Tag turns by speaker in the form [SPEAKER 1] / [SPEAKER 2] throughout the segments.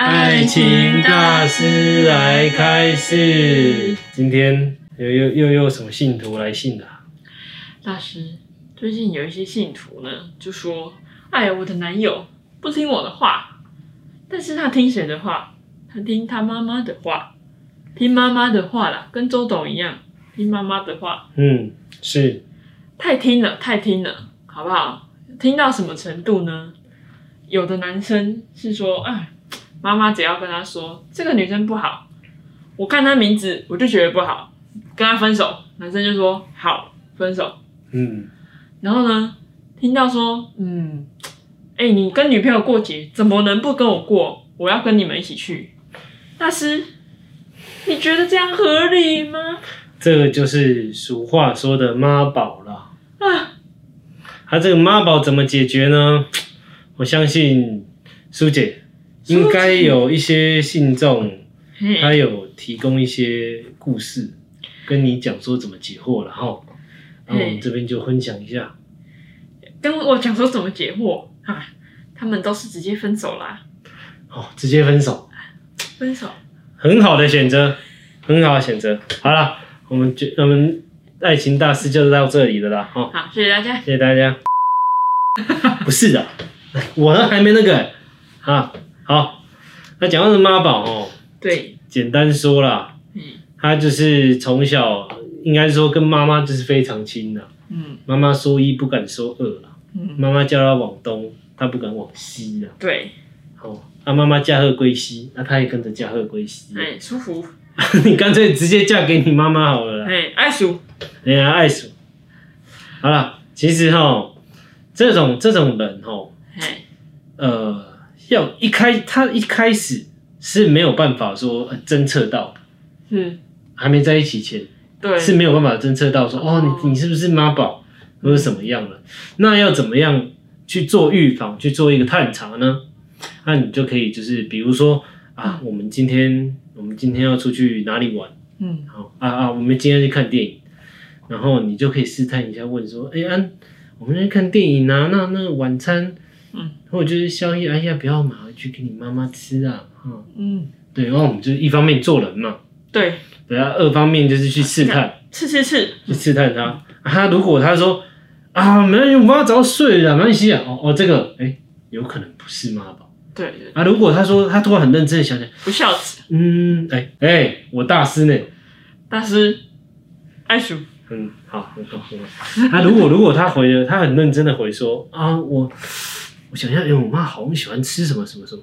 [SPEAKER 1] 爱情大师来开示。今天又又又又有什么信徒来信的、啊？
[SPEAKER 2] 大师，最近有一些信徒呢，就说：“哎呀，我的男友不听我的话，但是他听谁的话？他听他妈妈的话，听妈妈的话啦，跟周董一样，听妈妈的话，
[SPEAKER 1] 嗯，是
[SPEAKER 2] 太听了，太听了，好不好？听到什么程度呢？有的男生是说，哎，妈妈只要跟他说这个女生不好，我看她名字我就觉得不好，跟她分手，男生就说好，分手。”
[SPEAKER 1] 嗯
[SPEAKER 2] 然后呢，听到说，嗯，哎、你跟女朋友过节，怎么能不跟我过？我要跟你们一起去。大师，你觉得这样合理吗？
[SPEAKER 1] 这个就是俗话说的妈宝啦。
[SPEAKER 2] 啊，
[SPEAKER 1] 他、这个妈宝怎么解决呢？我相信苏姐应该有一些信众，她
[SPEAKER 2] 嘿，
[SPEAKER 1] 有提供一些故事跟你讲说怎么解惑了哈。那我们这边就分享一下。
[SPEAKER 2] 跟我讲说怎么解惑啊？他们都是直接分手啦，
[SPEAKER 1] 哦，直接分手，
[SPEAKER 2] 分手。
[SPEAKER 1] 很好的选择，很好的选择。好了，我们就我们爱情大师就到这里了啦，哦，
[SPEAKER 2] 好，谢谢大家。
[SPEAKER 1] 谢谢大家。 不是的，我呢还没那个啊。好，那讲到这妈宝哦，
[SPEAKER 2] 对，
[SPEAKER 1] 简单说啦，
[SPEAKER 2] 嗯
[SPEAKER 1] 他就是从小应该说跟妈妈就是非常亲的，
[SPEAKER 2] 嗯
[SPEAKER 1] 妈妈说一不敢说二啦，
[SPEAKER 2] 嗯，
[SPEAKER 1] 妈妈叫他往东，他不敢往西啦。
[SPEAKER 2] 对，
[SPEAKER 1] 哦，啊妈妈驾鹤归西，那、他也跟着驾鹤归西。
[SPEAKER 2] 哎、舒服，
[SPEAKER 1] 你干脆直接嫁给你妈妈好了啦，
[SPEAKER 2] 哎、爱舒，
[SPEAKER 1] 人家爱死。好了，其实哈，这种这种人哈，
[SPEAKER 2] 哎、
[SPEAKER 1] 呃，要一开他一开始是没有办法说呃侦测到，
[SPEAKER 2] 是，
[SPEAKER 1] 还没在一起前
[SPEAKER 2] 对，
[SPEAKER 1] 是没有办法侦测到说哦，你你是不是妈宝或者什么样了？那要怎么样去做预防，去做一个探查呢？那你就可以就是比如说啊，我们今天我们今天要出去哪里玩？
[SPEAKER 2] 嗯
[SPEAKER 1] 好啊啊，我们今天去看电影，然后你就可以试探一下，问说，哎、安、我们去看电影啊，那那晚餐
[SPEAKER 2] 嗯
[SPEAKER 1] 或者就是宵夜，哎呀，不要买回去给你妈妈吃啊，嗯，
[SPEAKER 2] 嗯，
[SPEAKER 1] 对，然后我们就一方面做人嘛，
[SPEAKER 2] 对，
[SPEAKER 1] 对啊，二方面就是去试探，
[SPEAKER 2] 是是是，
[SPEAKER 1] 去试探他，啊他如果他说啊，没有，我妈早睡了，没关系啊，哦哦，这个，哎、有可能不是妈宝
[SPEAKER 2] 对对，
[SPEAKER 1] 啊，如果他说他突然很认真的想想，
[SPEAKER 2] 不孝子，
[SPEAKER 1] 嗯，哎、哎、我大师呢，
[SPEAKER 2] 大师，爱舒。
[SPEAKER 1] 嗯，好，很好，很好。他、如果如果他回了，他很认真的回说啊，我我想一下，哎、我妈好喜欢吃什么什么什么，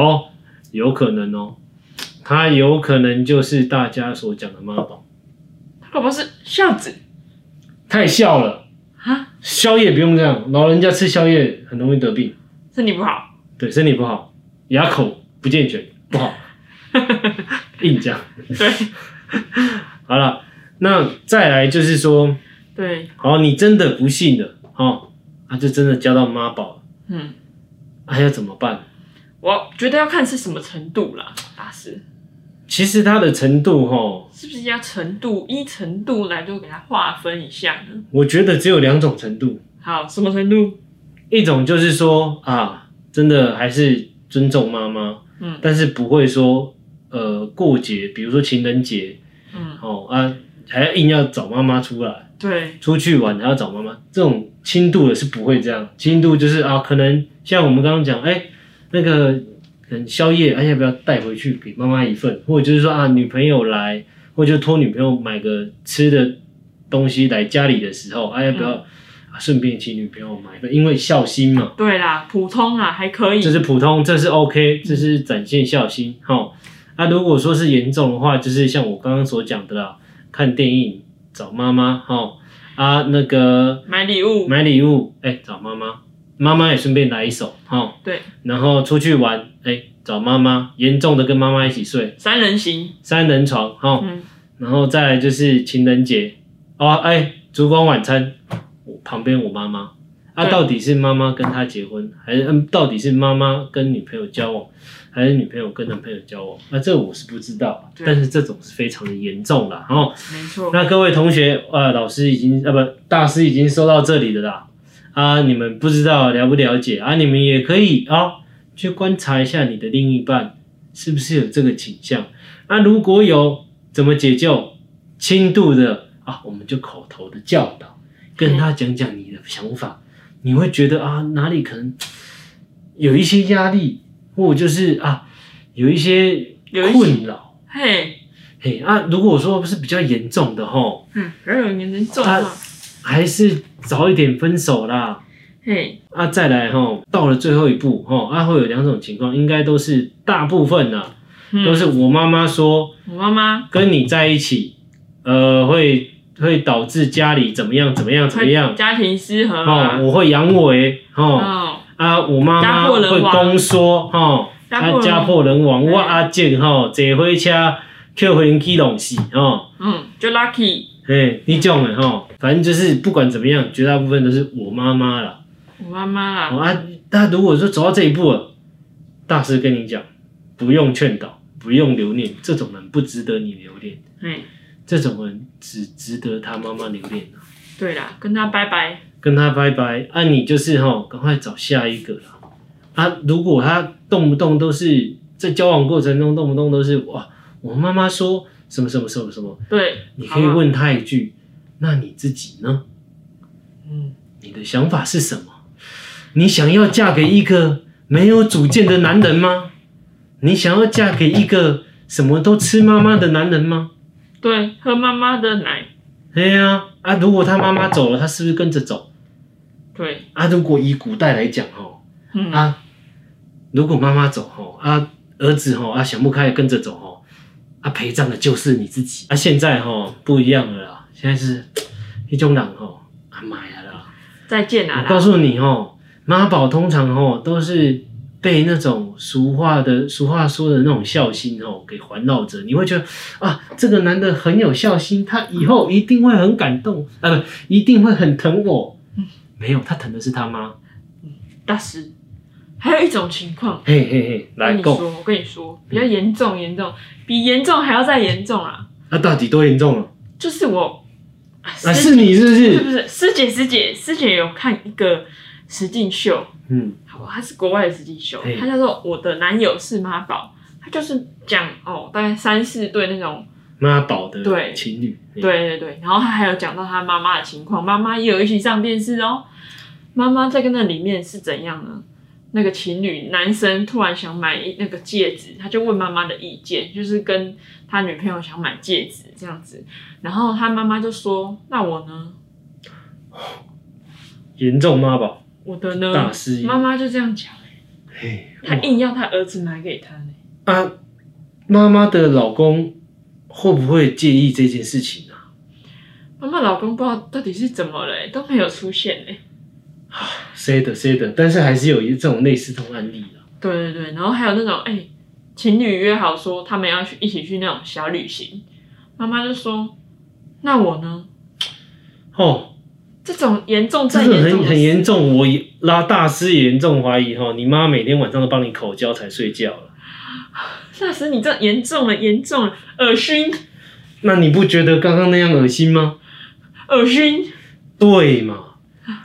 [SPEAKER 1] 哦，有可能哦，他有可能就是大家所讲的妈宝，
[SPEAKER 2] 宝宝是孝子
[SPEAKER 1] 太孝了，
[SPEAKER 2] 啊，
[SPEAKER 1] 宵夜不用这样，老人家吃宵夜很容易得病，
[SPEAKER 2] 身体不 好，
[SPEAKER 1] 对身体不好，牙口不健全不好，硬讲。
[SPEAKER 2] 对
[SPEAKER 1] 好了，那再来就是说，
[SPEAKER 2] 对，
[SPEAKER 1] 好，你真的不信了，哦，啊，就真的交到妈宝了。啊
[SPEAKER 2] 嗯，
[SPEAKER 1] 还要怎么办？
[SPEAKER 2] 我觉得要看是什么程度啦，大师
[SPEAKER 1] 其实它的程度哈，
[SPEAKER 2] 是不是要程度依程度来就给它划分一下呢？
[SPEAKER 1] 我觉得只有两种程度，
[SPEAKER 2] 好，什么程度？
[SPEAKER 1] 一种就是说啊，真的还是尊重妈妈，
[SPEAKER 2] 嗯
[SPEAKER 1] 但是不会说呃过节，比如说情人节
[SPEAKER 2] 嗯，
[SPEAKER 1] 哦啊，还要硬要找妈妈出来
[SPEAKER 2] 对，
[SPEAKER 1] 出去玩，还要找妈妈，这种轻度的是不会这样，轻度就是啊，可能像我们刚刚讲，哎、那个可能宵夜，哎、要不要带回去给妈妈一份，或者就是说啊，女朋友来，或者就托女朋友买个吃的东西来家里的时候，哎、要不要、啊顺便请女朋友买一份，因为孝心嘛，
[SPEAKER 2] 对啦，普通啊还可以
[SPEAKER 1] 这，是普通，这是 OK，这是展现孝心哈。齁那、如果说是严重的话，就是像我刚刚所讲的啦，看电影找妈妈哈，齁啊那个
[SPEAKER 2] 买礼物，
[SPEAKER 1] 买礼物哎、找妈妈，妈妈也顺便来一手哈。齁
[SPEAKER 2] 对，
[SPEAKER 1] 然后出去玩，哎、找妈妈，严重的跟妈妈一起睡，
[SPEAKER 2] 三人行，
[SPEAKER 1] 三人床哈、齁
[SPEAKER 2] 嗯，
[SPEAKER 1] 然后再来就是情人节，哦，哎、烛光晚餐，我旁边我妈妈，啊，
[SPEAKER 2] 对
[SPEAKER 1] 到底是妈妈跟他结婚，还是嗯，到底是妈妈跟女朋友交往，还是女朋友跟男朋友交往？那、这我是不知道，啊
[SPEAKER 2] 对
[SPEAKER 1] 但是这种是非常的严重啦。然、后，
[SPEAKER 2] 没错，
[SPEAKER 1] 那各位同学，呃，老师已经，呃，不，大师已经收到这里的啦。啊，你们不知道了不了解啊？你们也可以啊、去观察一下你的另一半是不是有这个倾向？那、如果有，怎么解救？轻度的啊，我们就口头的教导，跟他讲讲你的想法，你会觉得啊，哪里可能有一些压力，或者就是啊，有一些
[SPEAKER 2] 有一些
[SPEAKER 1] 困扰。
[SPEAKER 2] 嘿，
[SPEAKER 1] 嘿啊，如果说是比较严重的吼，
[SPEAKER 2] 嗯，如果有人能做
[SPEAKER 1] 啊
[SPEAKER 2] 到，
[SPEAKER 1] 还是早一点分手啦。
[SPEAKER 2] 嘿，
[SPEAKER 1] 啊，再来哈，到了最后一步哈，啊，会有两种情况，应该都是大部分呐、
[SPEAKER 2] 嗯
[SPEAKER 1] 都是我妈妈说
[SPEAKER 2] 我妈妈
[SPEAKER 1] 跟你在一起，呃，会会导致家里怎么样怎么样怎么样
[SPEAKER 2] 家庭失和啊
[SPEAKER 1] 哦，，我会阳痿哦
[SPEAKER 2] 哦，
[SPEAKER 1] 啊，我妈妈
[SPEAKER 2] 家破人
[SPEAKER 1] 会
[SPEAKER 2] 亡
[SPEAKER 1] 宫缩哈，
[SPEAKER 2] 家
[SPEAKER 1] 啊，
[SPEAKER 2] 破人嗯
[SPEAKER 1] 家破人亡，
[SPEAKER 2] 对
[SPEAKER 1] 我阿健哈坐火车捡回去弄死哦。
[SPEAKER 2] 嗯，就 lucky
[SPEAKER 1] 嘿，你讲的吼，反正就是不管怎么样，绝大部分都是我妈妈啦。
[SPEAKER 2] 我妈妈
[SPEAKER 1] 好
[SPEAKER 2] 啦，
[SPEAKER 1] 啊，那如果说走到这一步了，大师跟你讲，不用劝导，不用留恋，这种人不值得你留恋，
[SPEAKER 2] 嘿，
[SPEAKER 1] 这种人只值得他妈妈留恋、啊、
[SPEAKER 2] 对啦，跟她拜拜，
[SPEAKER 1] 跟他拜拜，啊，你就是哈、赶快找下一个啦。啊，如果他动不动都是在交往过程中，动不动都是哇，我妈妈说什么什么什么什么，
[SPEAKER 2] 对，
[SPEAKER 1] 你可以
[SPEAKER 2] 好吧，
[SPEAKER 1] 问他一句，那你自己呢？
[SPEAKER 2] 嗯，
[SPEAKER 1] 你的想法是什么？你想要嫁给一个没有主见的男人吗？你想要嫁给一个什么都吃妈妈的男人吗？
[SPEAKER 2] 对，喝妈妈的奶，
[SPEAKER 1] 哎呀、啊，如果他妈妈走了，他是不是跟着走？
[SPEAKER 2] 对，
[SPEAKER 1] 啊，如果以古代来讲哦，
[SPEAKER 2] 嗯，
[SPEAKER 1] 啊，如果妈妈走哦，啊，儿子哦，啊，想不开跟着走哦，啊，陪葬的就是你自己。啊，现在哦不一样了啦，现在是一种人哦，啊妈呀啦。
[SPEAKER 2] 再见啊
[SPEAKER 1] 我告
[SPEAKER 2] 啦，
[SPEAKER 1] 诉你哦，妈宝通常哦都是被那种俗话的俗话说的那种孝心哦给环绕着，你会觉得啊，这个男的很有孝心，他以后一定会很感动，啊不，一定会很疼我。没有，他疼的是他妈。
[SPEAKER 2] 大师，还有一种情况，
[SPEAKER 1] 嘿嘿嘿，来
[SPEAKER 2] 跟你
[SPEAKER 1] 够，嗯
[SPEAKER 2] 说，我跟你说，比较严重，严重，比严重还要再严重啦，
[SPEAKER 1] 那、啊到底多严重了？
[SPEAKER 2] 就是我，啊
[SPEAKER 1] 啊，是你是不
[SPEAKER 2] 是不
[SPEAKER 1] 是？
[SPEAKER 2] 是师姐？师姐，师姐有看一个实境秀，
[SPEAKER 1] 嗯，
[SPEAKER 2] 好吧，它是国外的实境秀
[SPEAKER 1] 嘿，
[SPEAKER 2] 它叫做《我的男友是妈宝》，它就是讲哦，大概三四对那种，
[SPEAKER 1] 妈宝的
[SPEAKER 2] 对
[SPEAKER 1] 情侣，
[SPEAKER 2] 对，对对，然后他还有讲到他妈妈的情况，妈妈也有一起上电视哦。妈妈在跟那里面是怎样呢？那个情侣男生突然想买一那个戒指，他就问妈妈的意见，就是跟他女朋友想买戒指这样子，然后他妈妈就说：“那我呢？
[SPEAKER 1] 严重妈宝
[SPEAKER 2] 我的
[SPEAKER 1] 大
[SPEAKER 2] 呢？”
[SPEAKER 1] 师。
[SPEAKER 2] 妈妈就这样讲，
[SPEAKER 1] 嘿，
[SPEAKER 2] 他
[SPEAKER 1] 哇
[SPEAKER 2] 硬要他儿子买给他呢。
[SPEAKER 1] 啊，妈妈的老公会不会介意这件事情啊？
[SPEAKER 2] 妈妈老公不知道到底是怎么了、欸都没有出现欸嘞、
[SPEAKER 1] 谁的谁的，但是还是有一这种类似这种案例啊。
[SPEAKER 2] 对对对，然后还有那种哎、情侣约好说他们要去一起去那种小旅行，妈妈就说：“那我呢
[SPEAKER 1] 哦，？”
[SPEAKER 2] 这种严重
[SPEAKER 1] 这
[SPEAKER 2] 再
[SPEAKER 1] 个
[SPEAKER 2] 严重
[SPEAKER 1] 很
[SPEAKER 2] 的
[SPEAKER 1] 很严
[SPEAKER 2] 事，
[SPEAKER 1] 重，我也拉大师也严重怀疑哈，你妈每天晚上都帮你口交才睡觉了，
[SPEAKER 2] 那时你这严重了，严重了，恶心，
[SPEAKER 1] 那你不觉得刚刚那样恶心吗？
[SPEAKER 2] 恶心，
[SPEAKER 1] 对嘛，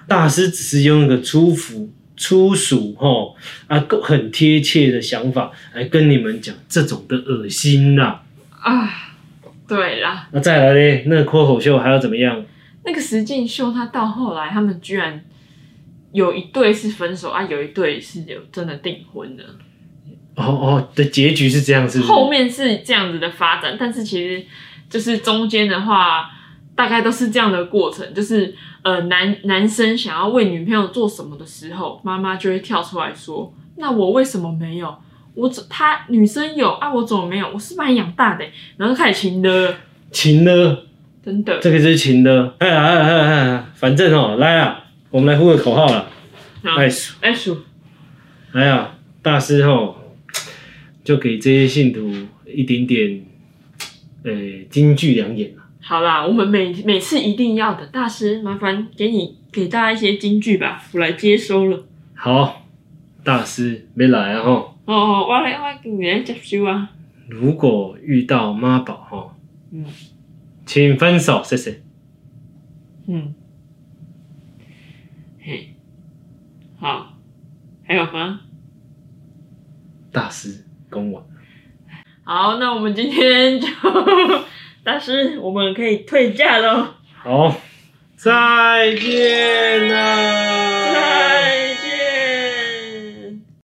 [SPEAKER 1] 大师只是用一个粗俗、粗俗哈啊，够很贴切的想法来跟你们讲这种的恶心啦、
[SPEAKER 2] 啊！对啦，
[SPEAKER 1] 那再来嘞，那个脱口秀还要怎么样？
[SPEAKER 2] 那个石进秀他到后来他们居然有一对是分手啊，有一对是有真的订婚的。
[SPEAKER 1] 哦哦，的结局是这样，是不是？
[SPEAKER 2] 后面是这样子的发展，但是其实就是中间的话，大概都是这样的过程，就是呃男男生想要为女朋友做什么的时候，妈妈就会跳出来说：“那我为什么没有？我怎他女生有啊，我怎么没有？我是把你养大的、然后就开始亲的，
[SPEAKER 1] 情呢？
[SPEAKER 2] 真的，
[SPEAKER 1] 这个就是情呢。哎呀哎呀哎呀哎呀，反正哦，来啊，我们来呼个口号啦。
[SPEAKER 2] 然后
[SPEAKER 1] 哎，
[SPEAKER 2] 哎叔，
[SPEAKER 1] 来啊，大师哦，就给这些信徒一点点，呃，金句良言啊
[SPEAKER 2] 好啦，我们每每次一定要的，大师麻烦给你给大家一些金句吧，我来接收了。
[SPEAKER 1] 好，大师没来啊吼。
[SPEAKER 2] 哦，我来我给来接收啊，
[SPEAKER 1] 如果遇到妈宝哈，
[SPEAKER 2] 嗯。
[SPEAKER 1] 请分手，谢谢。
[SPEAKER 2] 嗯，嘿，好，还有吗？
[SPEAKER 1] 大师，跟我
[SPEAKER 2] 好，那我们今天就大师，我们可以退价喽。
[SPEAKER 1] 好，再见啦。